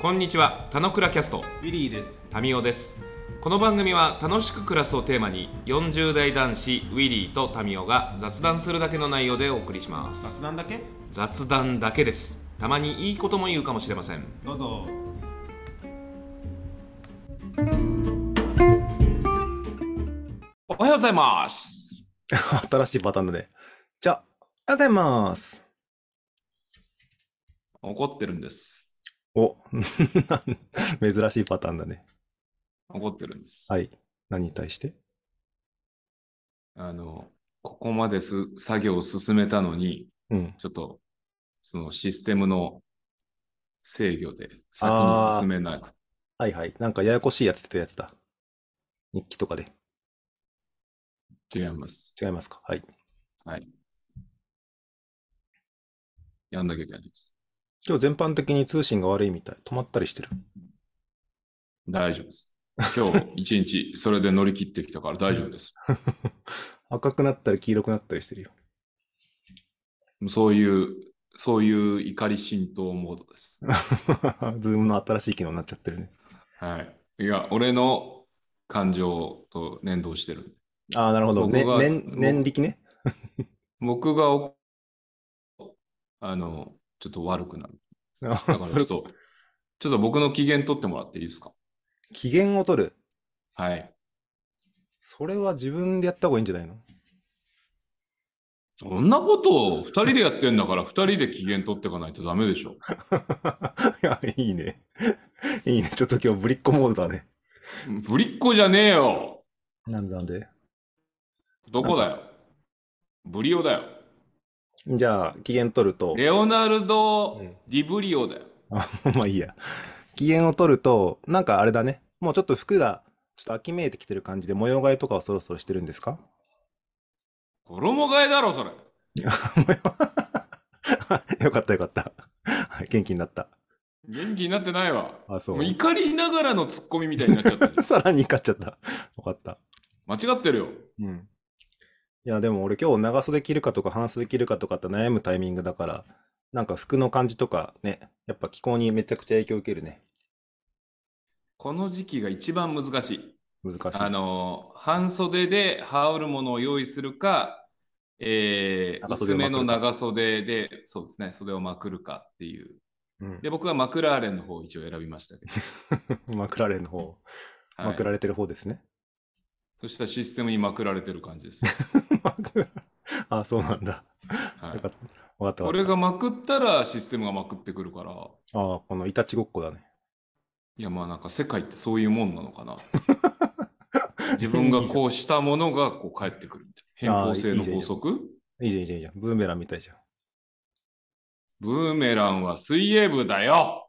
こんにちは、たのくらキャスト、ウィリーです。タミオです。この番組は楽しく暮らすをテーマに、40代男子ウィリーとタミオが雑談するだけの内容でお送りします。雑談だけ雑談だけです。たまにいいことも言うかもしれません。どうぞ。おはようございます。新しいパターンだね。じゃあ、おはようございます。怒ってるんです。お、 なん珍しいパターンだね。怒ってるんです。はい。何に対してあの、ここまです作業を進めたのに、うん。ちょっと、そのシステムの制御で先にあー進めなくて、はいはい。なんかややこしいやつってやつだ。日記とかで。違います。違いますかはい。はい。やんなきゃいけないです。今日全般的に通信が悪いみたい。止まったりしてる。大丈夫です。今日一日それで乗り切ってきたから大丈夫です。赤くなったり黄色くなったりしてるよ。 そういう、そういう怒り浸透モードです。ズームの新しい機能になっちゃってるね。はい。いや、俺の感情と連動してる。ああ、なるほど。ね、僕が年、年力ね。僕がお、あの、ちょっと悪くなる。だだ からちょっと、ちょっと僕の機嫌取ってもらっていいですか機嫌を取る。はい。それは自分でやった方がいいんじゃないのそんなことを2人でやってんだから2人で機嫌取っていかないとダメでしょ。いや、 いいね。いいね。ちょっと今日ぶりっ子モードだね。ぶりっ子じゃねえよなんでなんでどこだよブリオだよじゃあ、機嫌取ると、レオナルド・うんディブリオだよ。まあいいや。機嫌を取ると、なんかあれだね。もうちょっと服が、ちょっと秋めいてきてる感じで模様替えとかをそろそろしてるんですか 衣替えだろ、それ。よかったよかった。はい元気になった。元気になってないわ。あ、そもうう。怒りながらのツッコミみたいになっちゃったじ さらに怒っちゃった。よかった。ゃん。間違ってるよ。うん。いや、でも俺今日長袖着るかとか半袖着るかとかって悩むタイミングだから、なんか服の感じとかね、やっぱ気候にめちゃくちゃ影響受けるね。この時期が一番難しい。難しい。あの、半袖で羽織るものを用意するか、えー、長袖薄めをまくるかの長袖で、そうですね、袖をまくるかっていう。うんで、僕はマクラーレンの方を一応選びました けど。まくられんの方、はいまくられてる方ですね。 そしたらシステムにまくられてる感じですよ。まくらあ、そうなんだ。はよいかっ、わかったわか俺っがまくったらシステムがまくってくるから、た。ああ、このいたちごっこだね。いやまあなんか世界ってそういうもんなのか な。自分がこうしたものがこう返ってくるみたいな。あ変あ更性のいいじゃん法則いいじゃん、いいじゃん、いいじゃん。ブーメランみたいじゃん。ブーメランは水泳部だよ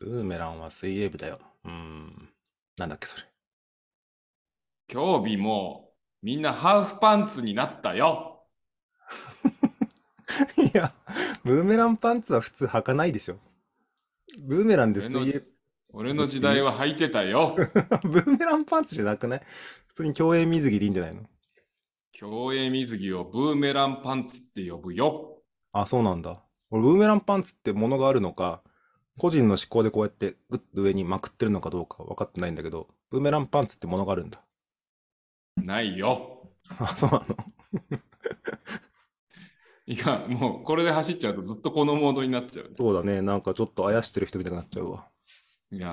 ブーメランは水泳部だよ。うーん。なんだっけ、それ。 競技もみんなハーフパンツになったよいや、ブーメランパンツは普通履かないでしょ。ブーメランで俺水の泳、俺の時代は履いてたよ ブーメランパンツじゃなくない普通に競泳水着でいいんじゃないの競泳水着をブーメランパンツって呼ぶよあ、そうなんだ。俺、ブーメランパンツってものがあるのか、個人の思考でこうやってグッと上にまくってるのかどうか分かってないんだけど、ブーメランパンツってものがあるんだ。 ないよあ、そうなのいやもうこれで走っちゃうとずっとこのモードになっちゃうそうだね。なんかちょっとあやしてる人みたいになっちゃうわ。 いや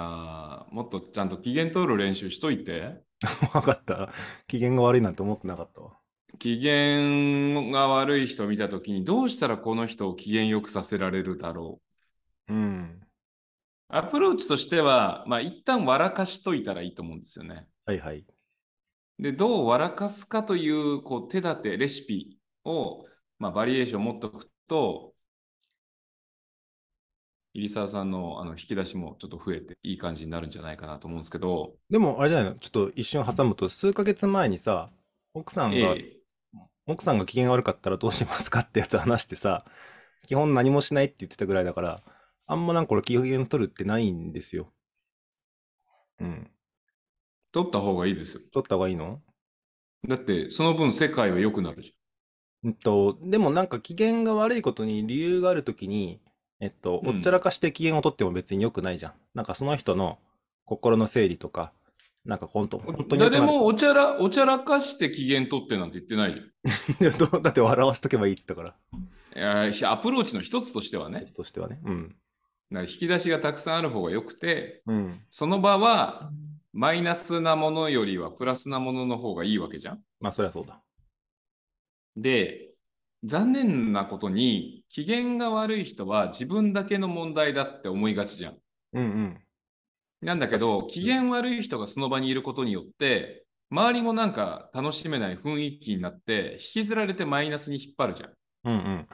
ーもっとちゃんと機嫌取る練習しといて分かった。機嫌が悪いなんて思ってなかったわ。機嫌が悪い人見たときにどうしたらこの人を機嫌よくさせられるだろううん。アプローチとしてはまあ一旦笑かしといたらいいと思うんですよねはいはい。でどう笑かすかというこう手立てレシピを、まあ、バリエーション持っておくと入澤さんのあの引き出しもちょっと増えていい感じになるんじゃないかなと思うんですけど、でも、あれじゃないのちょっと一瞬挟むと、数ヶ月前にさ、奥さんが、え奥さんが機嫌悪かったらどうしますかってやつ話してさ、基本何もしないって言ってたぐらいだから、あんまなんか俺機嫌取るってないんですよ。うん。取った方がいいですよ取った方がいいのだってその分世界は良くなるじうんと、でもなんか機嫌が悪いことに理由があるときに、えっと、うんおっちゃらかして機嫌を取っても別に良くないじゃん。なんかその人の心の整理とか、なんか本当、本当に良く誰なもおちゃら、おちゃらかして機嫌取ってなんて言ってないよ。いちょっ とだって笑わしとけばいいっつったから、いやーアプローチの一つとしてはね、別としてはね。うん。だから引き出しがたくさんある方がよくて、うん。その場はマイナスなものよりはプラスなものの方がいいわけじゃん。まあ、そりゃそうだ。で、残念なことに、機嫌が悪い人は自分だけの問題だって思いがちじゃん。うんうん。なんだけ確ど、か機に嫌悪い人がその場にいることによって、周りもなんか楽しめない雰囲気になって、引きずられてマイナスに引っ張るじゃん。うんうん。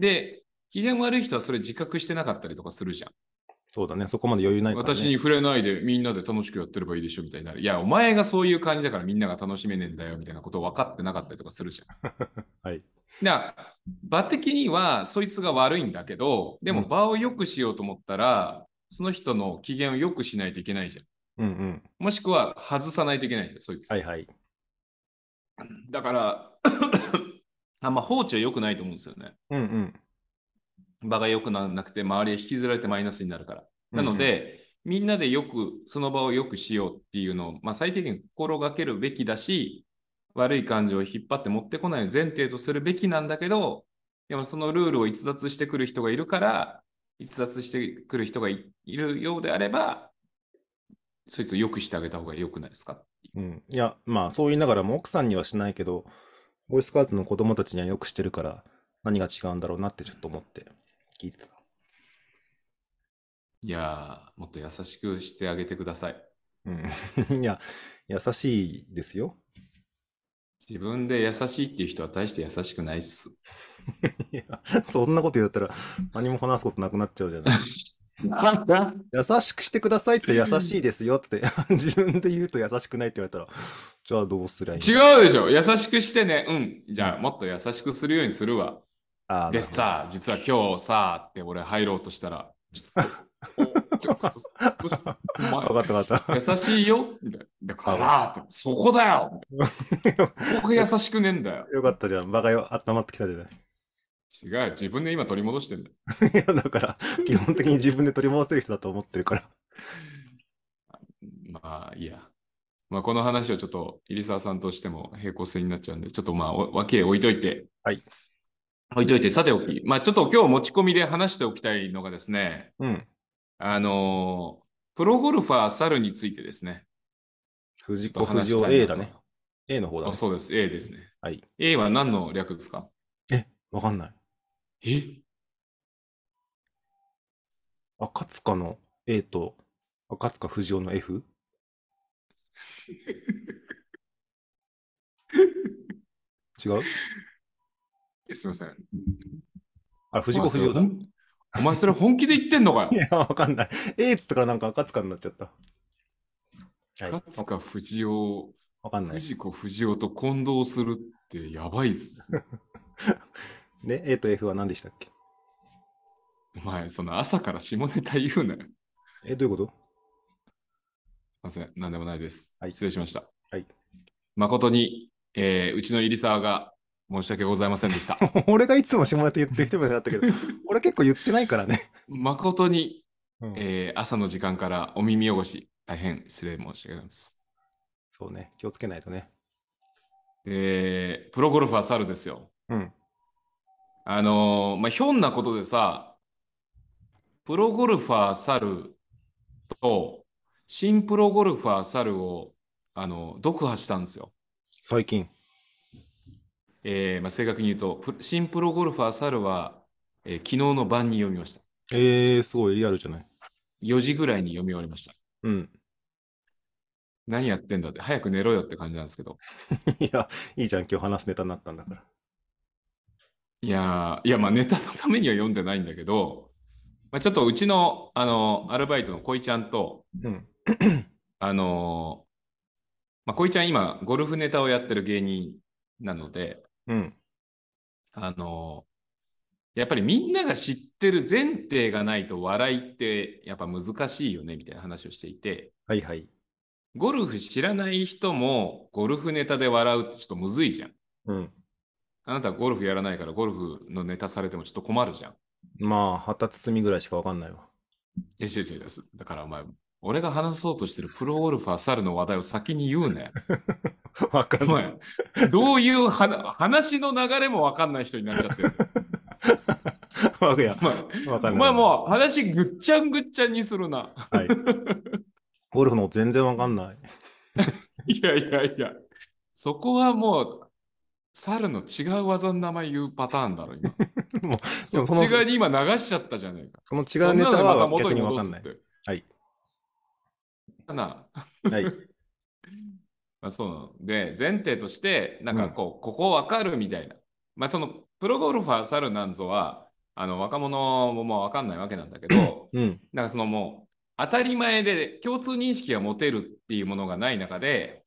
で、機嫌悪い人はそれ自覚してなかったりとかするじゃん。そうだね。そこまで余裕ないから、ね。私に触れないでみんなで楽しくやってればいいでしょみたいになる。いや、お前がそういう感じだからみんなが楽しめねえんだよみたいなことを分かってなかったりとかするじゃん。はい。だから場的にはそいつが悪いんだけど、でうもん場を良くしようと思ったら、その人の機嫌を良くしないといけないじゃん。うんうん。もしくは外さないといけないじゃん、そいつ。はいはい。だから、 あんま放置は良くないと思うんですよね。うんうん。場が良くならなくて、周りが引きずられてマイナスになるから。なので、みんなでよく、その場をよくしようっていうのを、まあ、最低限心がけるべきだし、悪い感情を引っ張って持ってこない前提とするべきなんだけど、でもそのルールを逸脱してくる人がいるから、逸脱してくる人がいいるようであれば、そいつを良くしてあげた方が良くないですかうん、うん。いや、まあ、そう言いながらも奥さんにはしないけど、ボーイスカウトの子供たちにはよくしてるから、何が違うんだろうなってちょっと思って聞いてた。いやー、もっと優しくしてあげてください。うん。 いや、優しいですよ。自分で優しいっていう人は大して優しくないっす。いや、そんなこと言ったら何も話すことなくなっちゃうじゃない。優しくしてくださいって言って優しいですよって 自分で言うと優しくないって言われたら、じゃあどうすりゃいい違のうでしょ優しくしてね。うん。じゃあ、もっと優しくするようにするわ。あーでさ、実は今日さ、って俺入ろうとしたら、ちょっとおちょっとそそお前わかったわかった。優しいよみたいな。だから、ってそこだよみたいな僕が優しくねえんだよ。よかったじゃん。バカよ、温まってきたじゃない。違う、自分で今取り戻してんだよ。いや、だから、基本的に自分で取り戻せる人だと思ってるから。まあ、いいや。まあ、この話はちょっと入澤さんとしても平行線になっちゃうんで、ちょっとまあ、お脇へ置いといて。はい。置いといて、さておき、まあ、ちょっと今日持ち込みで話しておきたいのがですね、うん。あのープロゴルファー猿についてですね。藤ちょっと子不話二し雄たい A なだとね。。A の方だあね。そうです、A ですね。はい。 A は何の略ですかわかんない。え赤塚の A と赤塚不二雄の F? 違うすみません。あれ、藤子不二雄だ。お前それほんお前それ本気で言ってんのかよい。や、わかんない。A っつったからなんか赤塚になっちゃった。はい。勝塚不二雄、わかんない。藤子不二雄と混同するってやばいっすねで、A と F は何でしたっけお前、その朝から下ネタ言うなよ。すいえ、どういうこと ません、何でもないです。はい失礼しました。はい。誠に、えーうちの入沢が申し訳ございませんで した。俺がいつも下ネタ言ってる人みたいになったけど、俺結構言ってないからね。誠に、うんえー朝の時間からお耳汚し、大変失礼申し上げます。そうね。気をつけないとね。えープロゴルファー猿ですよ。うん。あのーまあ、ひょんなことでさ、プロゴルファー猿と新プロゴルファー猿を、あの、読破したんですよ。最近。えーまあ、正確に言うと、プ新プロゴルファー猿は、えー昨日の晩に読みました。えー、すごいリアルじゃない。 4時ぐらいに読み終わりました。うん。何やってんだって、早く寝ろよって感じなんですけど。 いや、いいじゃん。今日話すネタになったんだから。いやーいや、まあ、ネタのためには読んでないんだけど、まあ、ちょっとうちの、あのアルバイトの恋ちゃんと、うん。あのーまあ、恋ちゃん今、ゴルフネタをやってる芸人なので、うん。あのーやっぱりみんなが知ってる前提がないと笑いってやっぱ難しいよねみたいな話をしていて、はいはい。ゴルフ知らない人もゴルフネタで笑うってちょっとむずいじゃん。うん。あなたゴルフやらないからゴルフのネタされてもちょっと困るじゃん。まあ、旗包みぐらいしかわかんないわ。え、違う違う違うだからお前、俺が話そうとしてるプロゴルファー猿の話題を先に言う ね。わかおんない。前、どういうは話の流れもわかんない人になっちゃってる。わかんないお前わかんない。お前もう話ぐっちゃんぐっちゃんにするな。はい。ゴルフのこと全然わかんない。いやいやいや、そこはもう、猿の違う技の名前言うパターンだろ、今。もうでもそのそっち側に今流しちゃったじゃねえか。その違そうんネなのタでまたは元逆ににわ戻かすっんない。て。はい。なあはい。まあ、そうなので前提としてなんかこう、ここわかるみたいな、まあ、そのプロゴルファー猿なんぞはあの若者もまあわかんないわけなんだけどうん。なんかそのもう当たり前で共通認識が持てるっていうものがない中で、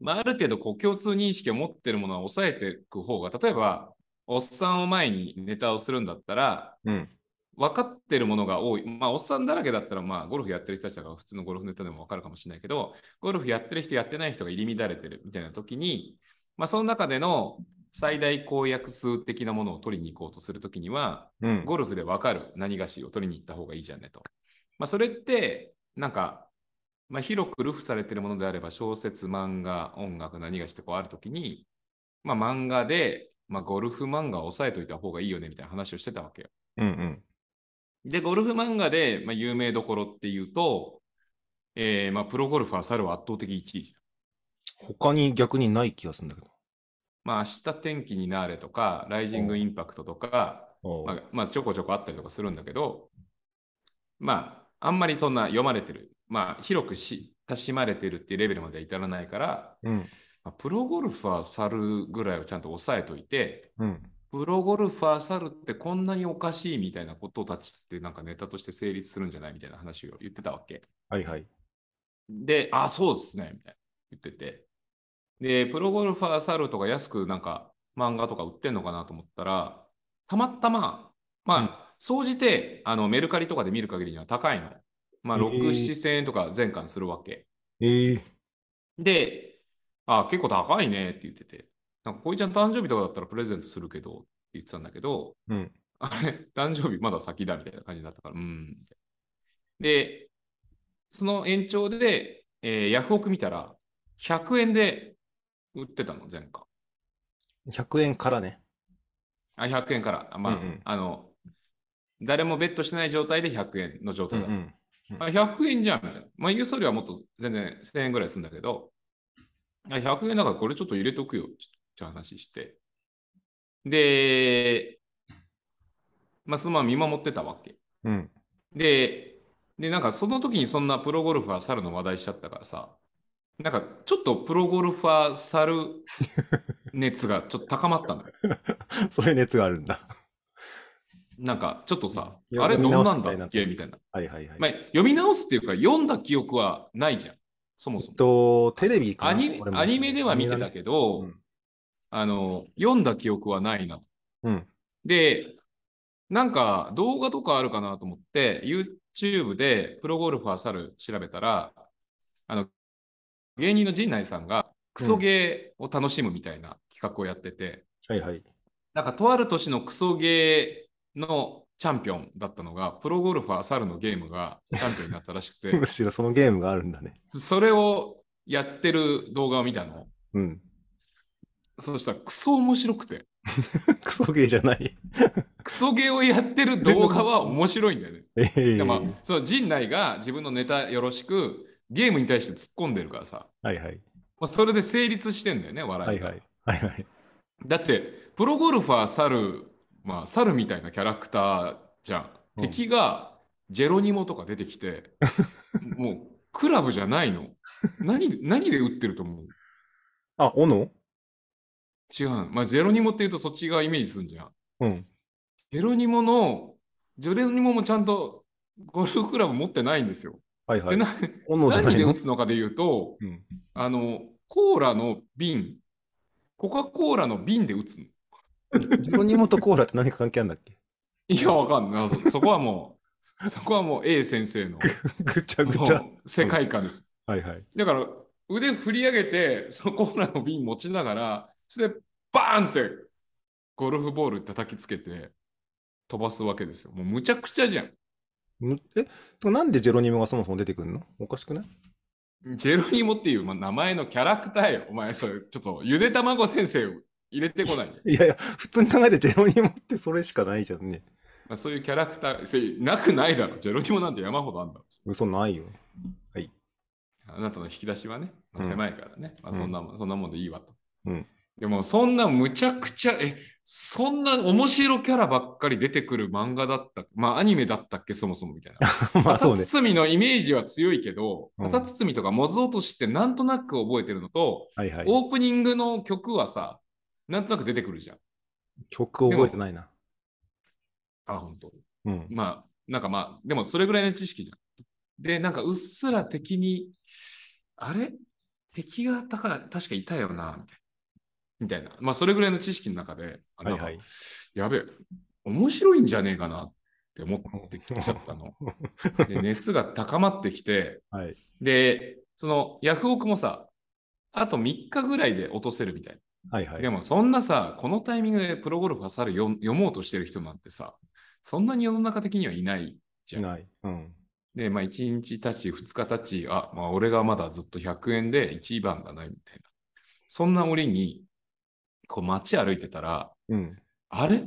まあ、ある程度こう共通認識を持ってるものは抑えていく方が例えばおっさんを前にネタをするんだったらうん。分かってるものが多い。まあ、おっさんだらけだったら、まあ、ゴルフやってる人たちが普通のゴルフネタでも分かるかもしれないけど、ゴルフやってる人、やってない人が入り乱れてるみたいな時に、まあ、その中での最大公約数的なものを取りに行こうとするときには、 うん。ゴルフで分かる何がしを取りに行った方がいいじゃんねと。まあ、それって、なんか、まあ、広くルフされてるものであれば、小説、漫画、音楽、何がしってこうあるときに、まあ、漫画で、まあ、ゴルフ漫画を押さえといた方がいいよねみたいな話をしてたわけよ。うん。うん。で、ゴルフ漫画で、まあ、有名どころっていうと、えーまあ、プロゴルファー猿は圧倒的1位じゃん。他に逆にない気がするんだけど。まあ、明日天気になれとか、ライジングインパクトとか、まああ、まあ、ちょこちょこあったりとかするんだけど、まあ、あんまりそんな読まれてる、まあ、広くし親しまれてるっていうレベルまでは至らないから、うん。まあプロゴルファー猿ぐらいをちゃんと抑えといて、うん。プロゴルファー猿ってこんなにおかしいみたいなことたちってなんかネタとして成立するんじゃないみたいな話を言ってたわけ。はいはい。で、あ、そうですね、みたいな言ってて。で、プロゴルファーサルとか安くなんか漫画とか売ってんのかなと思ったら、たまたま、うんまあ、総じてあのメルカリとかで見る限りには高いの。まあ、へ6、え7千円とか全巻するわけ。ええで、あ、結構高いねって言ってて、なんか、こいちゃん誕生日とかだったらプレゼントするけどって言ってたんだけど、うん。あれ、誕生日まだ先だみたいな感じだったから、うん。で、その延長で、えーヤフオク見たら、100円で売ってたの、前回。 100円からね。あ、100円から。あまあ、うんうんあの、誰もベットしてない状態で100円の状態だった。ん。あ100円じゃんみたいな。まあ、郵送料はもっと全然1000円ぐらいするんだけど、あ100円だからこれちょっと入れとくよって話して。で、まあ、そのまま見守ってたわけ。うん。で、で、なんかその時にそんなプロゴルファー猿の話題しちゃったからさ、なんかちょっとプロゴルファー 猿熱がちょっと高まったのよ。 そういう熱があるんだ。なんかちょっとさい、やあれどんな読んみ直してみたいだなっけみたいな。はいはいはい。まあ、読み直すっていうか、読んだ記憶はないじゃん、そもえそっも。と、テレビかなアニ俺もアニメでは見てたけど、うんあの読んだ記憶はないな。うん。で、なんか動画とかあるかなと思って、YouTube でプロゴルファー猿調べたら、あの芸人の陣内さんがクソゲーを楽しむみたいな企画をやってて、はいはい。なんかとある年のクソゲーのチャンピオンだったのが、プロゴルファー猿のゲームがチャンピオンになったらしくて む、しろそのゲームがあるんだね。それをやってる動画を見たの。うん。 そうしたらクソ面白くて、クソゲーじゃない。クソゲーをやってる動画は面白いんだよね。ええでまあ、その陣内が自分のネタよろしくゲームに対して突っ込んでるからさ、はいはい。まあ、それで成立してんだよねは笑いいが、はい。はいはい。だってプロゴルファー猿まあ猿みたいなキャラクターじゃん、うん敵がジェロニモとか出てきて もうクラブじゃないの何何で打ってると思うあ、斧違うのまあジェロニモっていうとそっち側イメージするんじゃんうん。ジェロニモのジェロニモもちゃんとゴルフクラブ持ってないんですよ、はいはでい。な斧じゃな何いで打のつのかで言うとうん。あの、コーラの瓶、コカ・コーラの瓶で打つの。ジョニモとコーラって何か関係あるんだっ けいや、わかんない。そそこはもう、 そこはもう A 先生のぐちゃぐちゃ。もう世界観です。はいはい。だから、腕振り上げて、そのコーラの瓶持ちながら、それでバーンってゴルフボール叩きつけて、飛ばすわけですよ。もうむちゃくちゃじゃん。むえ、てかなんでジェロニモがそもそも出てくるのおかしくないジェロニモっていう、ま、名前のキャラクターよ。お前、それ、ちょっと、ゆで卵先生を入れてこないで。いやいや、普通に考えてジェロニモってそれしかないじゃんね。まあ、そういうキャラクター、それなくないだろ。ジェロニモなんて山ほどあんだろ。嘘ないよ。 あなたの引き出しはね、まあうん狭いからね。まあ、そんなもん、そんなもんでいいわと。うんでも、そんなむちゃくちゃ、え、そんな面白キャラばっかり出てくる漫画だった、まあ、アニメだったっけ、そもそもみたいな。 まあカタそうねツ。ツミのイメージは強いけど、うんカタツツミとかモズ落としってなんとなく覚えてるのと、はいはい。オープニングの曲はさ、なんとなく出てくるじゃん。曲覚えてないな。あ、本当。うん。まあ、なんかまあ、でもそれぐらいの知識じゃん。で、なんかうっすら敵に、あれ敵がたか確かいたよな、みたいな。みたいな。まあ、それぐらいの知識の中で、あなんかはいはいやべえ、面白いんじゃねえかなって思ってきちゃったの。で、熱が高まってきて、はい。で、そのヤフオクもさ、あと3日ぐらいで落とせるみたい はいはな。い。でもそんなさ、このタイミングでプロゴルファーサル読読もうとしてる人なんてさ、そんなに世の中的にはいないじゃん。ない。うん。で、まあ1日経ち、2日経ち、あ、まあ俺がまだずっと100円で1番がないみたいな。そんな折に、こう街歩いてたら、うん。あれ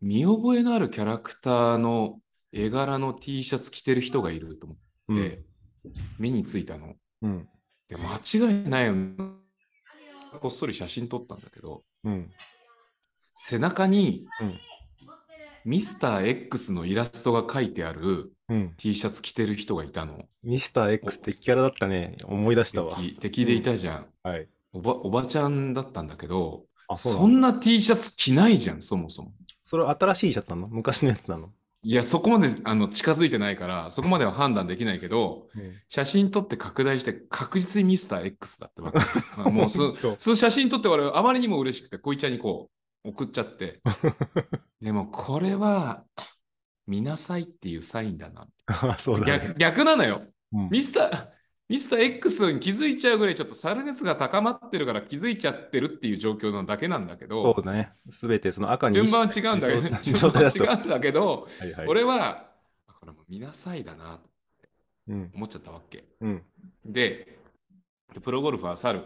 見覚えのあるキャラクターの絵柄の T シャツ着てる人がいると思うってん。、目についたの。うん。で間違いないよねこっそり写真撮ったんだけどうん。背中にうんミスター X のイラストが書いてあるうん。 T シャツ着てる人がいたのミスター X ってキャラだったね。思い出したわ。敵敵でいたじゃん、はい。おばおばちゃんだったんだけどあ、そそうなんのな T シャツ着ないじゃんそもそもそれは新しいシャツなの昔のやつなのいやそこまであの近づいてないからそこまでは判断できないけど写真撮って拡大して確実にミスター X だって わかるまあもうそそうその写真撮って俺、あまりにも嬉しくて、こいちゃんにこう、送っちゃ って。でも、これは、見なさいっていうサインだな。あそうだね逆。逆なのよ。うんミスター、ミスター X に気づいちゃうぐらい、ちょっと猿熱が高まってるから気づいちゃってるっていう状況なだけなんだけそど、うだね。すべてその赤に意順識番は違うんだけど、状順番は態だと違うんだけど、 はいはい。俺は、あこれもう見なさいだなとうん。思っちゃったわけ。うん。で、でプロゴルファー猿、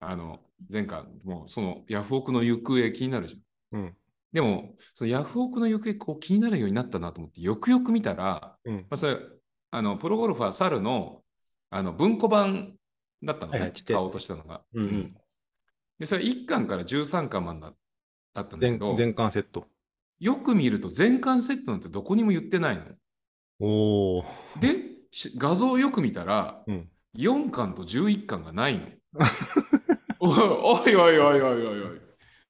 あの、前回、もうそのヤフオクの行方気になるじゃん。うん。でも、そのヤフオクの行方こう気になるようになったなと思って、よくよく見たら、まうん。あ、それあのプロゴルファー猿のあの文庫版だったのね、はいはいちっちゃいやつ買おうとしたのが。うんうんで、それ1巻から13巻までだだったんだけ全ど、全巻セット。よく見ると全巻セットなんてどこにも言ってないの。おお。で、し画像をよく見たら、うん4巻と11巻がない の。おいおいおいおいおいおい。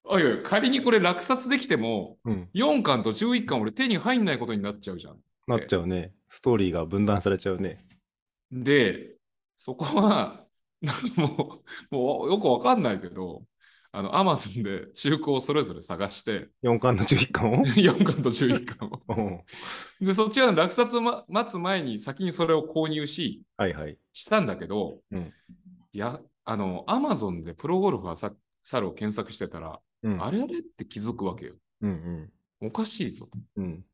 おいおい、仮にこれ落札できても、うん。 4巻と11巻俺手に入んないことになっちゃうじゃん。なっちゃうね。ストーリーが分断されちゃうね。で、そこは、 なんかもう、もうよくわかんないけど、あの、アマゾンで中古をそれぞれ探して、 4巻の11巻を4巻と11巻を。うんで、そっちは落札を、ま、待つ前に先にそれを購入し、はいはい。したんだけど、うんいや、あの、アマゾンでプロゴルファーさ猿を検索してたら、うん。あれあれって気づくわけよ。うんおかしいぞ。うん。うん。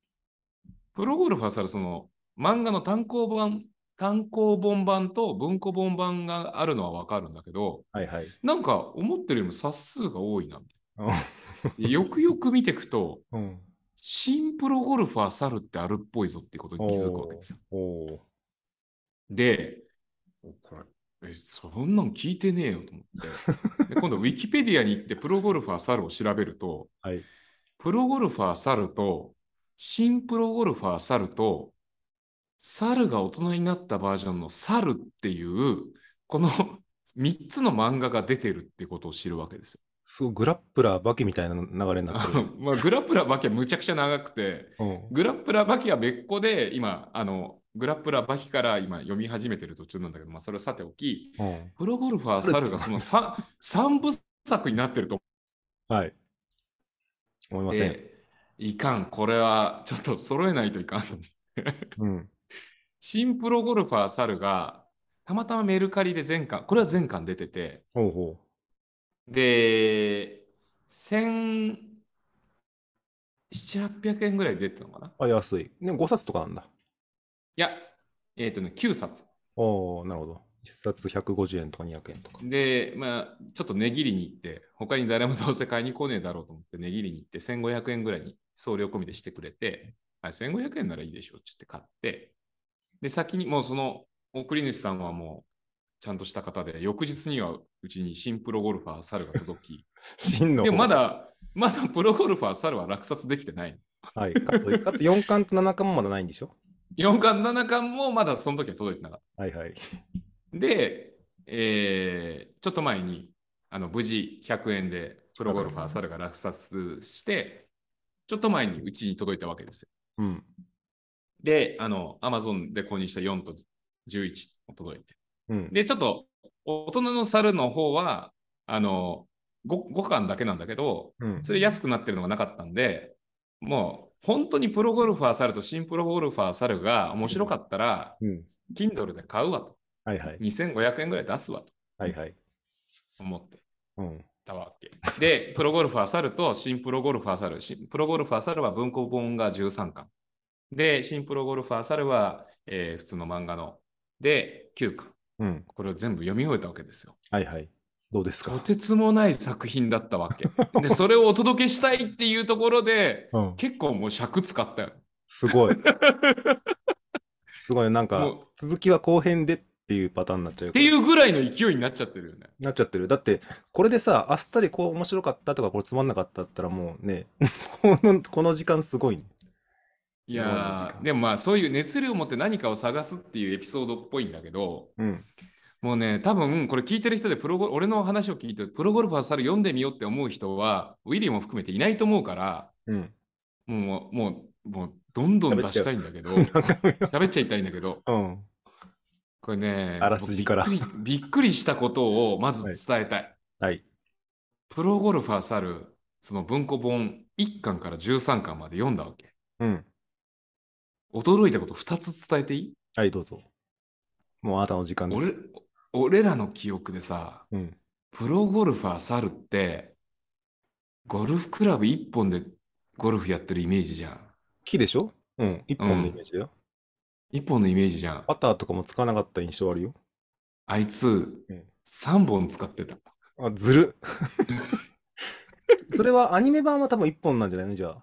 プロゴルファーさ、その漫画の単行本、単行本版と文庫本版があるのはわかるんだけど、はいはい。なんか思ったよりも冊数が多いな。うんでよくよく見ていくと、うん。新プロゴルファー猿ってあるっぽいぞっていうことに気づくわけですよ。おお。で、おこれ、え、そんなん聞いてねえよと思って。で今度、ウィキペディアに行ってプロゴルファー猿を調べると、はい。プロゴルファー猿と、新プロゴルファー猿と、猿が大人になったバージョンの猿っていう、この 3つの漫画が出てるってことを知るわけですよ。すごいグラップラーバキみたいな流れになあってる。の まあ、グラップラーバキはむちゃくちゃ長くて、うん。グラップラーバキは別個で、今、あの、グラップラーバキから今読み始めてる途中なんだけど、まあ、それはさておき、うん。プロゴルファー猿がその 3, 三部作になってるとはい。思い思まっせん。て、いかん、これはちょっと揃えないといかんと思ってうん。新プロゴルファー猿が、たまたまメルカリで全巻、これは全巻出てて、ほうほで、千、 700円ぐらい出てたのかないあ、安い。でも5冊とかなんだ。や、えっ、とね、9冊。おおなるほど。1冊150円とか200円とか。で、まあ、ちょっと値切りに行って、他に誰もどうせ買いに来ねえだろうと思って値切りに行って、1500円ぐらいに送料込みでしてくれて、あ1500円ならいいでしょうってって買って、で、先にもうその送り主さんはもうちゃんとした方で、翌日にはうちに新プロゴルファー猿が届き、真の。でもま。だ、まだプロゴルファー猿は落札できてない。はい。かつかつ4巻と7巻もまだないんでしょ4巻、7巻もまだその時は届いてなかった。はいはい。で、えーちょっと前にあの無事100円でプロゴルファー猿が落札して、ちょっと前にうちに届いたわけですよ。うん。で、あの、アマゾンで購入した4と11も届いて。うん。で、ちょっと大人の猿の方は、あの、5, 5巻だけなんだけど、うん、それ安くなってるのがなかったんで、もう本当にプロゴルファー猿と新プロゴルファー猿が面白かったら、うん。 Kindle で買うわと。はいはい。 2500円ぐらい出すわとはいはい。思って。うん。たわけ。で、プロゴルファー猿と新プロゴルファー猿。新プロゴルファー猿は文庫本が13巻。で、新プロゴルファー猿は、えー普通の漫画の。で、9巻。うん。これを全部読み終えたわけですよ。はいはい。どうですとかてつもない作品だったわ け。で、それをお届けしたいっていうところで、うん。結構もう尺使ったよ。すご い。すごい。なんもかう、続きは後編でっていうパターンになっちゃうよっていうぐらいの勢いになっちゃってるよね。なっちゃってる。だって、これでさ、あっさりこう面白かったとか、これつまんなかっただったらもうね、 この、この時間すごいね。いもうや時ー間でもまあそういう熱量を持って何かを探すっていうエピソードっぽいんだけど、うん。もうね、多分これ聞いてる人でプロゴ、俺の話を聞いて、プロゴルファー猿読んでみようって思う人は、ウィリーも含めていないと思うから、うん。もう、もう、もうどんどん出したいんだけど、中身は喋っちゃいたいんだけど、うん。これね、あらすじからびっくり。びっくりしたことをまず伝えたい。はい。プロゴルファー猿、その文庫本1巻から13巻まで読んだわけ。うん。驚いたこと2つ伝えていいはい、どうぞ。もうあなたの時間です俺。俺らの記憶でさ、うん。プロゴルファー猿って、ゴルフクラブ1本でゴルフやってるイメージじゃん。木でしょうん。一本のイメージだよ。 1本のイメージじゃん。パターとかも使わなかった印象あるよ。あいつうん、 3本使ってた。あ、ずる。 それはアニメ版は多分一本なんじゃないのじゃあ。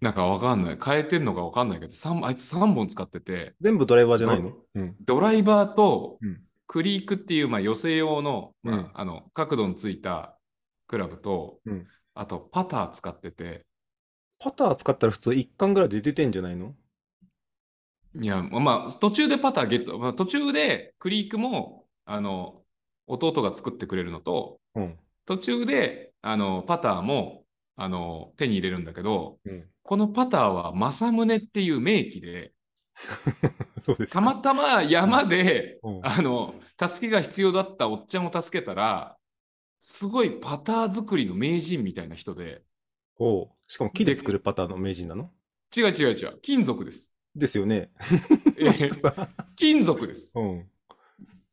なんかわかんない。変えてんのかわかんないけど、三あいつ3本使ってて、全部ドライバーじゃないのうん。ドライバーとうんクリークっていう、まあ、寄せ用の,、まあうんあの角度のついたクラブと、うんあとパター使ってて、パター使ったら普通一巻ぐらいで出てんじゃないのいや、まあ、途中でパターゲット、まあ、途中でクリークも、あの、弟が作ってくれるのと、 うん。途中で、あの、パターも、あの、手に入れるんだけど、うん。このパターは正宗っていう名機で、 そうですたまたま山で、うんあの、助けが必要だったおっちゃんを助けたら、すごいパター作りの名人みたいな人で、おうしかも木で作るパターンの名人なの違う違う違う、金属 です。ですよね。ええ 金属です。うん。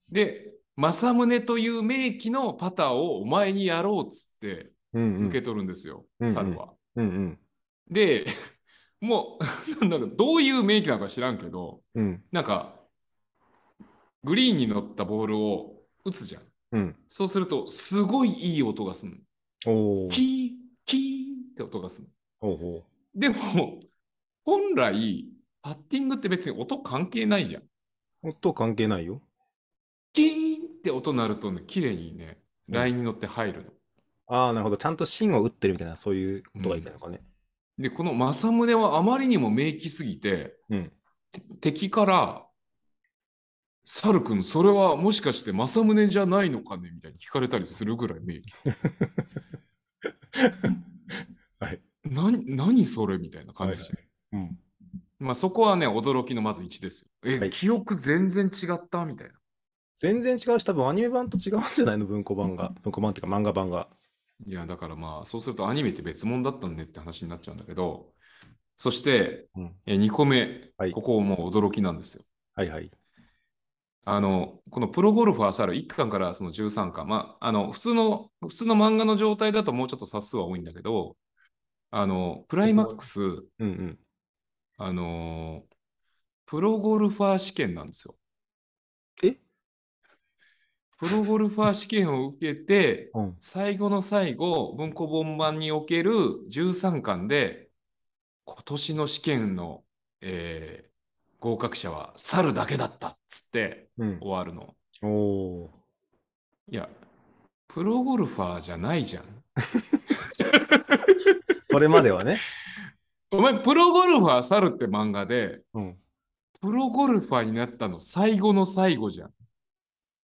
で、正宗という名機のパターをお前にやろうっつってうんうん。受け取るんですよ、うんうん猿は。うんうん。で、 もう、 なんかどういう名機なのか知らんけど、うん。なんか、グリーンに乗ったボールを打つじゃん。うん。そうすると、すごいいい音がするの。おお。キーン、キーンって音がするほうほの。でも、本来、パッティングって別に音関係ないじゃん。う。音関係ないよ。キーンって音鳴るとね、綺麗にね、うんラインに乗って入るの。ああ、なるほど。ちゃんと芯を打ってるみたいな、そういうことがいいんじゃないのかね。で、この正宗はあまりにも名機すぎて、うん。て敵から、サル君、それはもしかして正宗じゃないのかねみたいに聞かれたりするぐらい名機。 はい。な何それみたいな感じじゃん。うん。まあそこはね、驚きのまず1ですよ。え、はい記憶全然違ったみたいな。全然違うし、多分アニメ版と違うんじゃないの文庫版が。文庫版っていうか漫画版が。いや、だからまあ、そうするとアニメって別物だったんねって話になっちゃうんだけど、そして、うんえ2個目、はいここもう驚きなんですよ。はいはい。あの、このプロゴルファー猿1巻からその13巻、まあ、あの、普通の、普通の漫画の状態だともうちょっと冊数は多いんだけど、あの、クライマックス、うんうん。あのープロゴルファー試験なんですよ。えプロゴルファー試験を受けて、うん。最後の最後、文庫本番における13巻で、今年の試験の、えー合格者は猿だけだったっつってうん。終わるの。おおいや、プロゴルファーじゃないじゃん。ー。それまではね。お前、プロゴルファー猿って漫画で、うん。プロゴルファーになったの最後の最後じゃん。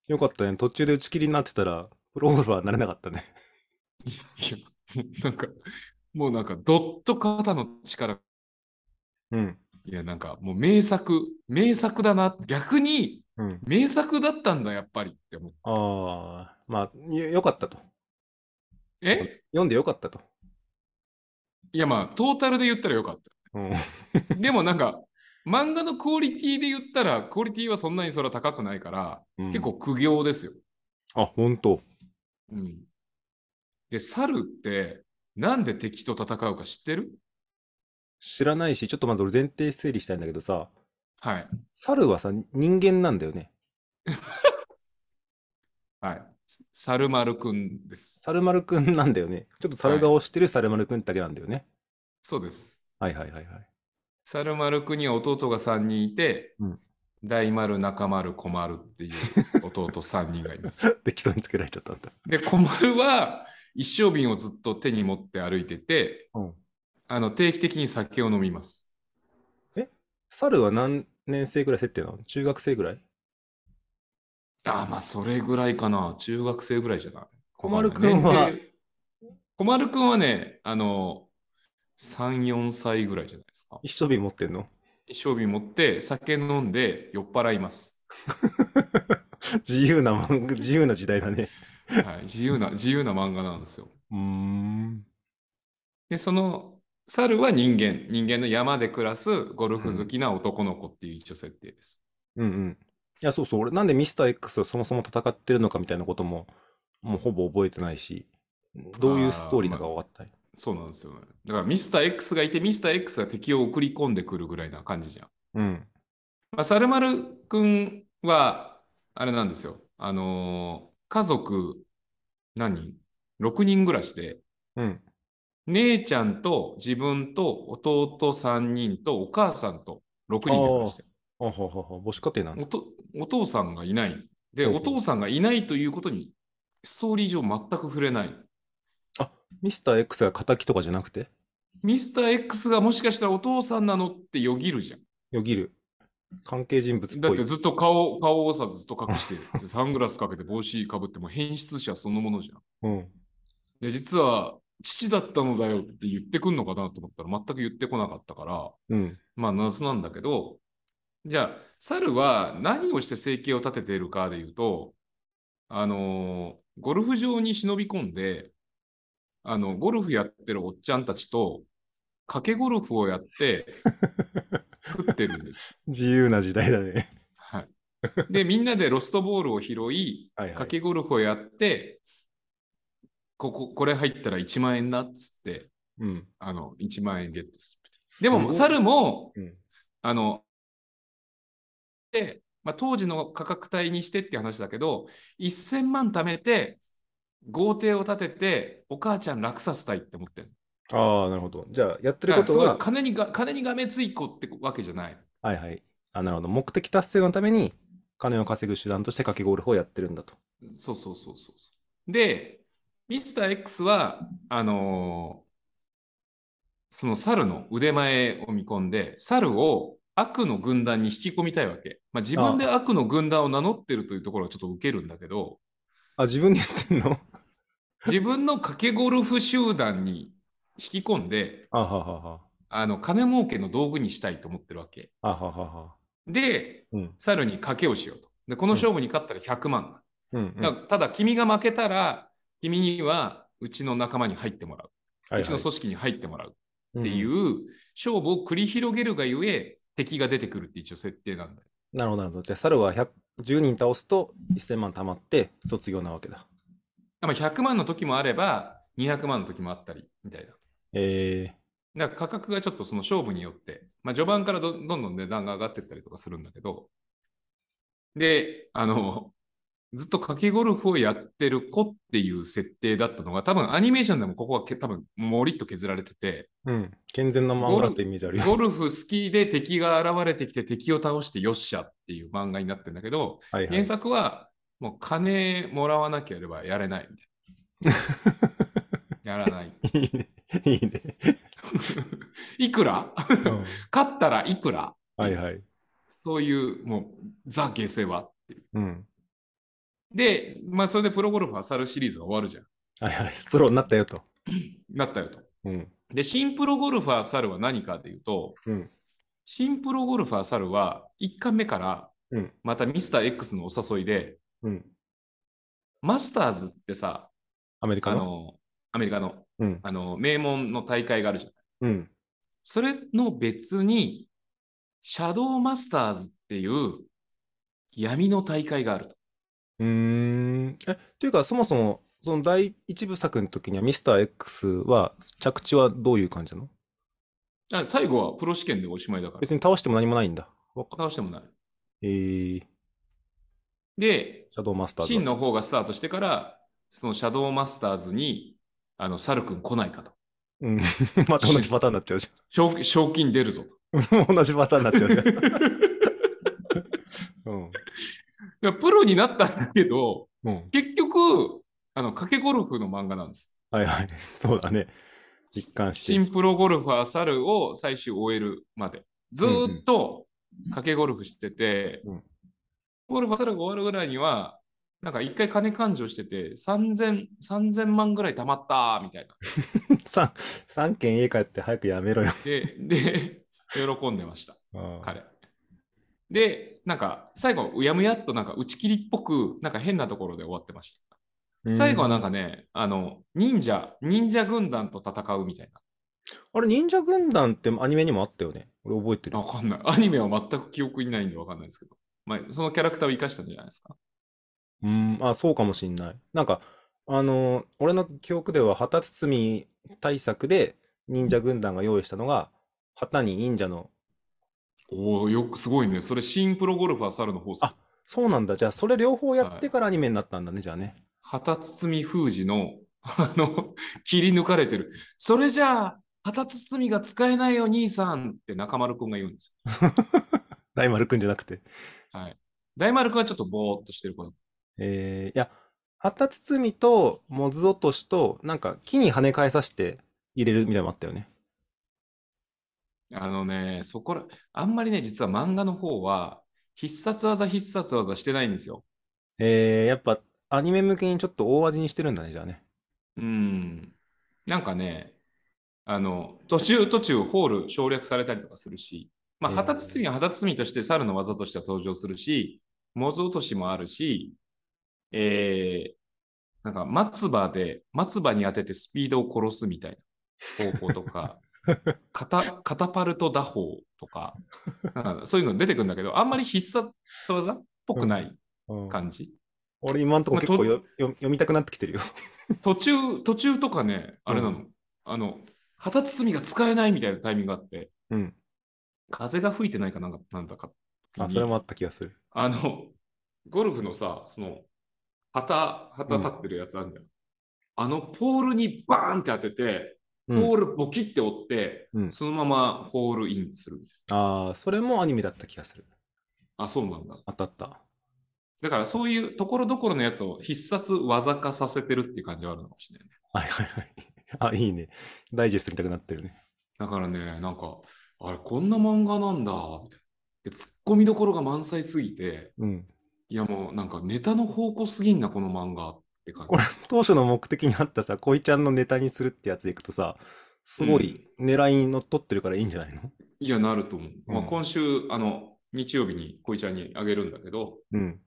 よかったね。途中で打ち切りになってたら、プロゴルファーになれなかったね。いや、もうなんか、もうなんか、どっと肩の力、うん。いや、なんか、もう名作、名作だな、逆に、うん。名作だったんだ、やっぱりって思って。ああ、まあ、よよかったと。え読んでよかったと。いや、まあ、トータルで言ったらよかっうん。た。でもなんか、漫画のクオリティで言ったら、クオリティはそんなにそれは高くないから、うん結構。苦行ですよ。あ、ほんと。うん。で、猿って、なんで敵と戦うか知ってる知らないし、ちょっとまず俺前提整理したいんだけどさ、はい。猿はさ、人間なんだよね。はい。猿丸くんです。猿丸くんなんだよね。ちょっと猿顔してる猿丸くんだけなんだよね。そうです。はいはいはいはい。猿丸くんには弟が3人いて、うん大丸、中丸、小丸っていう弟3人がい ます。適当につけられちゃったんだ。で、小丸は一升瓶をずっと手に持って歩いてて、うんあの定期的に酒を飲みます。猿は何年生ぐらい設定なの中学生ぐらいああ、まあそれぐらいかな。中学生ぐらいじゃない。小丸くんは年齢。小丸くんはね、あの、3、4歳ぐらいじゃないですか。一生瓶持ってんの 一升瓶持って酒飲んで酔っ払います。自由な漫画、自由な時代だね。はい、自由な、自由な漫画なんですよ。うーん。で、その猿は人間、人間の山で暮らすゴルフ好きな男の子っていう一応設定です。うんうん。いや、そうそう。俺なんでミスター X はそもそも戦ってるのかみたいなことも、もうほぼ覚えてないし、どういうストーリーなのか分かったり。そうなんですよね。だからミスター X がいて、ミスター X が敵を送り込んでくるぐらいな感じじゃん。うん。まあ、猿丸くんは、あれなんですよ。あのー家族、何 ?6 人暮らしで、うん。姉ちゃんと自分と弟3人とお母さんと6人で暮らしてるあははは、母子家庭なんだ。おとお父さんがいない。で、ほうほうお父さんがいないということに、ストーリー上全く触れない。ミスター X が仇とかじゃなくてミスター X がもしかしたらお父さんなのってよぎるじゃん。よぎる。関係人物っだっぽい。てずっと顔顔をさずっと隠してる。でサングラスかけて帽子かぶってもう変質者そのものじゃん。うん。で、実は父だったのだよって言ってくんのかなと思ったら全く言ってこなかったから、うん。まあ謎なんだけど、じゃあ、猿は何をして生計を立てているかでいうと、あのーゴルフ場に忍び込んで、あの、ゴルフやってるおっちゃんたちと、賭けゴルフをやって、食ってるんです。自由な時代だね。 はい。で、みんなでロストボールを拾い、はいは賭い。けゴルフをやって、ここ、これ入ったら1万円だっつって、うん。あの、1万円ゲットする。でも、すごい猿も、うん。あの、で、まあ、当時の価格帯にしてって話だけど、1000万貯めて、豪邸を建てて、お母ちゃん楽させたいって思ってる。ああ、なるほど。じゃあ、やってだるからすことごいは、金にが、金にがめつい子ってわけじゃない。はいはい。あ、なるほど。目的達成のために、金を稼ぐ手段としてかけゴルフをやってるんだと。そうそうそうそうそう。で、ミスター X は、あのーその猿の腕前を見込んで、猿を悪の軍団に引き込みたいわけ。まあ、自分で悪の軍団を名乗ってるというところはちょっとウケるんだけど、あ、自分で言ってんの 自分の賭けゴルフ集団に引き込んで、あははは。あの金儲けの道具にしたいと思ってるわけ。あははは。で、うん。猿に賭けをしようと。で、この勝負に勝ったら100万。うん、うん。だただ、君が負けたら、君にはうちの仲間に入ってもらう。はいうちのは組織に入ってもらういっていんんう勝負を繰り広げるがゆえ、敵が出てくるって一応設定なんだよ。なるほど、なるほど。じゃあ、猿は100 10人倒すと1000万貯まって卒業なわけだ。まあ、100万の時もあれば、200万の時もあったりみたいな。ええだから価格がちょっとその勝負によって、まあ、序盤からどどんどん値段が上がってったりとかするんだけど、で、あの、ずっとかけゴルフをやってる子っていう設定だったのが、多分アニメーションでもここはけ多分もりっと削られてて、ー、うん。健全な漫画だってイメージあるよ。ゴルフ好きで敵が現れてきて敵を倒してよっしゃっていう漫画になってるんだけど、はいは原い。作はもう金もらわなければやれないみたい な。やらない。いいね。いいね。いくらうん勝ったらいくらはいはい。そういう、もう、ザ・下世話。うん。で、まあ、それでプロゴルファー猿シリーズが終わるじゃん。はいはい。プロになったよと。なったよと。うん。で、新プロゴルファー猿は何かでいうと、うん。新プロゴルファー猿は、1回目からうん、またミスター X のお誘いで、うん。マスターズってさ、アメリカあの。の、アメリカの、うん。あの、名門の大会があるじゃん。うん。それの別に、シャドーマスターズっていう闇の大会があると。うーん。え、というか、そもそも、その第一部作の時には、ミスター X は、着地はどういう感じなのあ最後はプロ試験でおしまいだから別。に倒しても何もないんだ。わか倒してもない。えー、シで、ャドウマスターズシだンの方がスタートしてから、そのシャドーマスターズに、あの、サル君来ないかと。うん。 また同じパターンになっちゃうじ賞賞金出るぞと。ゃん。同 じパターンになっちゃうじゃん。 うん。いやプロになったんだけど、うん。結局、あの、賭けゴルフの漫画なんです。はいはい。そうだね。実感して。新プロゴルファーサルを最終終えるまで。ずーっと賭けゴルフしてて、うんゴルファーサルが終わるぐらいには、なんか一回金勘定してて、3000、3000万ぐらい貯まったーみたいな。三三件家帰って早くやめろよ。で、 で、喜んでました。うん彼。で、なんか最後、うやむやっとなんか打ち切りっぽく、なんか変なところで終わってました。最後はなんかね、あの、忍者、忍者軍団と戦うみたいあれ、忍者軍団ってアニメにもあったよね。俺覚えてるな。。わかんない。アニメは全く記憶にないんでわかんないですけど。まあ、そのキャラクターを生かしたんじゃないですか。うん、あ、そうかもしんない。なんか、あのー俺の記憶では旗包み対策で忍者軍団が用意したのが、旗に忍者の、おおよく、すごいね。それ、新プロゴルファー猿のホース。あそうなんだ。じゃあ、それ両方やってからアニメになったんだね、じゃあね。旗包み封じの、あの、 切り抜かれてる。それじゃあ、旗包みが使えないよ、兄さんって中丸くんが言うんです大丸くんじゃなくて。よ。はい。大丸くんはちょっとぼーっとしてること。えー、いや、旗包みと、モズ落としと、なんか、木に跳ね返させて入れるみたいなのもあったよね。あのね、そこら、あんまりね、実は漫画の方は、必殺技、必殺技してないんですよ。えー、やっぱ、アニメ向けにちょっと大味にしてるんだね、じゃあね。うん。なんかね、あの、途中途中ホール省略されたりとかするし、まあ、えー旗包みは旗包みとして猿の技としては登場するし、モズ落としもあるし、えー、なんか松葉で、松葉に当ててスピードを殺すみたいな方法とか、カタカタパルト打法とか、なんかそういうの出てくるんだけど、あんまり必殺技っぽくないうん感じ。俺、今んとこまあ結構とよよ読みたくなってきてるよ。途中、途中とかね、あれなの、うあの、旗包みが使えないみたいなタイミングがあって、うん。風が吹いてないかなんか、なんだか。あ、それもあった気がする。あの、ゴルフのさ、その、旗、旗立ってるやつあるんだよ。あの、ポールにバーンって当てて、うんポールボキって折って、うんそのままホールインする。ああ、それもアニメだった気がする。あ、そうなんだ。あったあった。だからそういうところどころのやつを必殺技化させてるっていう感じはあるのかもしれないね。はいはい はい。あ、いいね。ダイジェスト見たくなってるね。だからね、なんか、あれ、こんな漫画なんだ、みたいな。で、ツッコミどころが満載すぎて、うん。いやもうなんかネタの方向すぎんな、この漫画って感これ、当初の目的にあったさ、恋ちゃんのネタにするってやつでいくとさ、すごい狙いにのっとってるからいいんじゃないのじ。いや、なると思う。まあ、うん今週、あの、日曜日にこいちゃんにあげるんだけど、うん。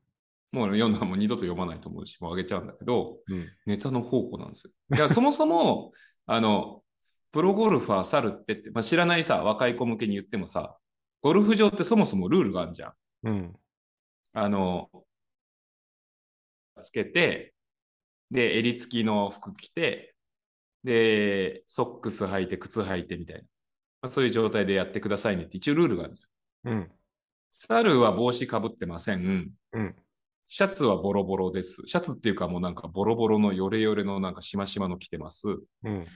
もう読んだらもう二度と読まないと思うし、もうあげちゃうんだけど、うん。ネタの方向なんですよ。いや、そもそも、 あの、プロゴルファー猿ってって、まあ、知らないさ、若い子向けに言ってもさ、ゴルフ場ってそもそもルールがあるじゃん。うん。あの、つけて、で、襟付きの服着て、で、ソックス履いて、靴履いてみたいな。まあ、そういう状態でやってくださいねって一応ルールがあるじゃん。うん。猿は帽子かぶってません。うん。シャツはボロボロです。シャツっていうかもうなんかボロボロのヨレヨレのなんかしましまの着てます。うん。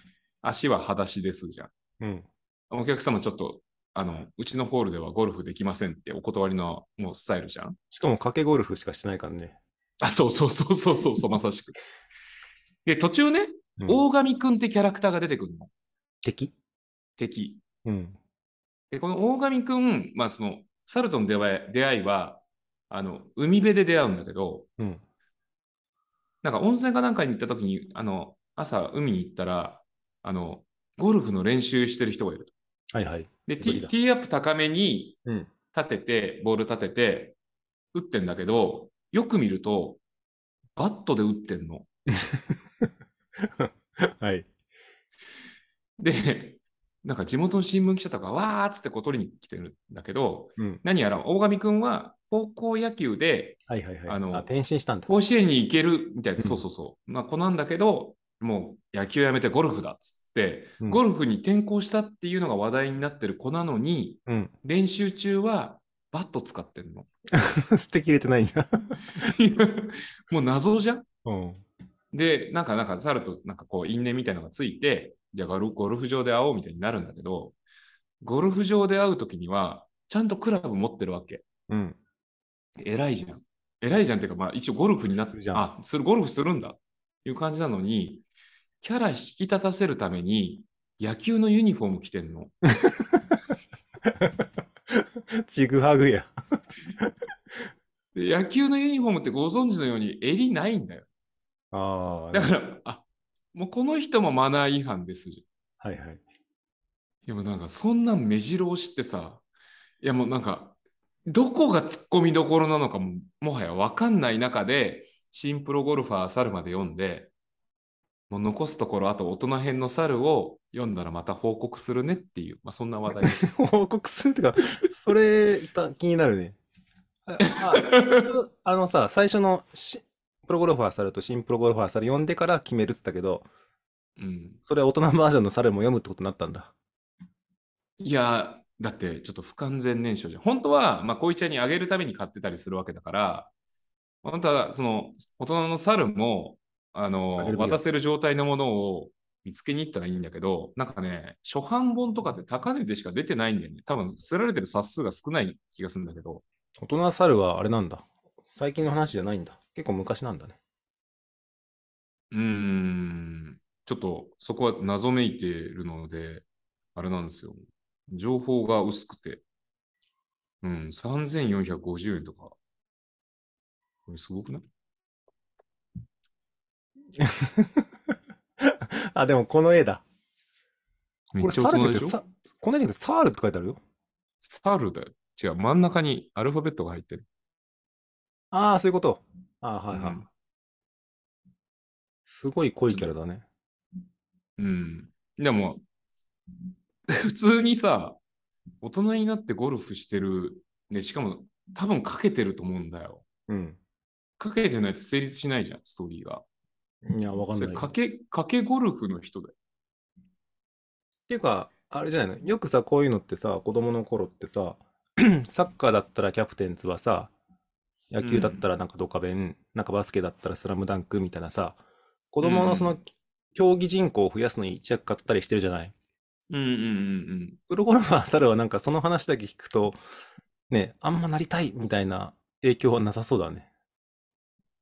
足は裸足ですじゃん。うん。お客様ちょっと、あの、うちのホールではゴルフできませんってお断りのもうスタイルじゃん。しかも掛けゴルフしかしてないからね。あ、そうそうそうそうそうそう、まさしく。で、途中ね、うん大神くんってキャラクターが出てくるの。敵敵。うん。で、この大神くん、まあその、猿との出会い出会いは、あの、海辺で出会うんだけど、うん。なんか温泉かなんかに行った時に、あの、朝海に行ったら、あの、ゴルフの練習してる人がいると。はいはい。で、素テ振りィだティーアップ高めにうん。立てて、ボール立てて、打ってんだけど、よく見ると、バットで打ってんの。はい。で、 なんか地元の新聞記者とか、わーっつってこう取りに来てるんだけど、うん。何やら大神くんは高校野球ではいはいはい。あの転身したんだ。甲子園に行けるみたいな、うんそうそうそう、まあ、子なんだけど、もう野球やめてゴルフだっつって、うんゴルフに転向したっていうのが話題になってる子なのに、うん。練習中はバット使ってん の。捨てきれてないんだ。もう謎じゃんうん。で、なんか、なんか、猿と、なんかこう、因縁みたいなのがついて、じゃあゴル、ゴルフ場で会おうみたいになるんだけど、ゴルフ場で会うときには、ちゃんとクラブ持ってるわけ。うん。偉いじゃん。偉いじゃんっていうか、まあ、一応ゴルフになっ普て通じ、ゃんあ、する、ゴルフするんだっていう感じなのに、キャラ引き立たせるために、野球のユニフォーム着てんの。ちぐはぐや。で野球のユニフォームってご存知のように、襟ないんだよ。ああ。だから、あ、もうこの人もマナー違反ですじゃんはいはい。でもなんかそんなん目白押しってさ、いやもうなんか、どこが突っ込みどころなのかも、もはや分かんない中で、新プロゴルファー猿まで読んで、もう残すところ、あと大人編の猿を読んだらまた報告するねっていう、まあ、そんな話題です。報告するってか、それた気になるね。あああのさ、最初のしプロゴルファー猿と新プロゴルファー猿読んでから決めるっつったけど、うん、それは大人バージョンの猿も読むってことになったんだ。いや、だってちょっと不完全燃焼じゃん。本当は、まあ、こいちゃんにあげるために買ってたりするわけだから、本当は、その、大人の猿も、ああげのる、べきだ渡せる状態のものを見つけに行ったらいいんだけど、なんかね、初版本とかって高値でしか出てないんだよね。多分、すられてる冊数が少ない気がするんだけど、大人猿はあれなんだ。最近の話じゃないんだ。結構昔なんだね。うーん、ちょっとそこは謎めいてるので、あれなんですよ。情報が薄くて。うん、3450円とか。これすごくない あ、でもこの絵だ。めこっれちゃ大猿人ってで言しょって、さこの絵じゃなくてサールって書いてあるよ。サルだよ。違う、真ん中にアルファベットが入ってる。ああ、そういうこと。ああ、はいはい。うんすごい濃いキャラだね。うん。でも、 普通にさ、大人になってゴルフしてる。で、しかも、多分かけてると思うんだよ。うん。かけてないと成立しないじゃん、ストーリーが。いや、わかんそなれいけど。かけ、かけゴルフの人だよっていうか、あれじゃないのよくさ、こういうのってさ、子供の頃って さ、サッカーだったらキャプテン翼、野球だったらなんかドカベン、なんかバスケだったらスラムダンクみたいなさ、子供のその競技人口を増やすのに一役買ったりしてるじゃない。うんうんうんプロゴルファー猿はなんかその話だけ聞くと、ね、あんまなりたいみたいな影響はなさそうだね。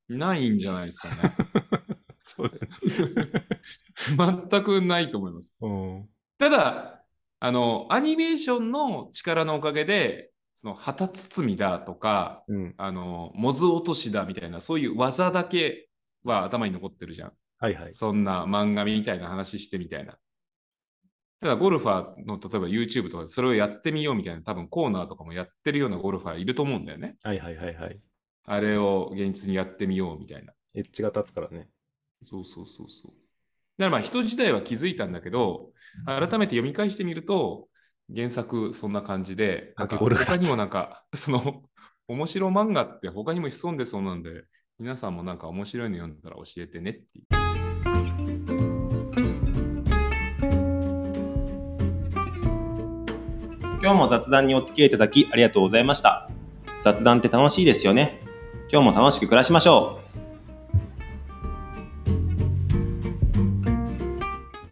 うん。ないんじゃないですか ね。そうだよね。全くないと思います。うん。ただ、あの、アニメーションの力のおかげで、その旗包みだとか、うん。あの、モズ落としだみたいな、そういう技だけは頭に残ってるじゃん。はいはい。そんな漫画みたいな話してみたいな。ただ、ゴルファーの、例えば YouTube とかでそれをやってみようみたいな、多分コーナーとかもやってるようなゴルファーいると思うんだよね。はいはいはいはい。あれを現実にやってみようみたいな。エッジが立つからね。そうそうそうそう。だからまあ人自体は気づいたんだけど、改めて読み返してみると、原作そんな感じで、なんかかけゴルフだ他にもなんか、その、面白漫画って他にも潜んでそうなんで、皆さんもなんか面白いの読んだら教えてねっていう。今日も雑談にお付き合いいただきありがとうございました。雑談って楽しいですよね。今日も楽しく暮らしましょう。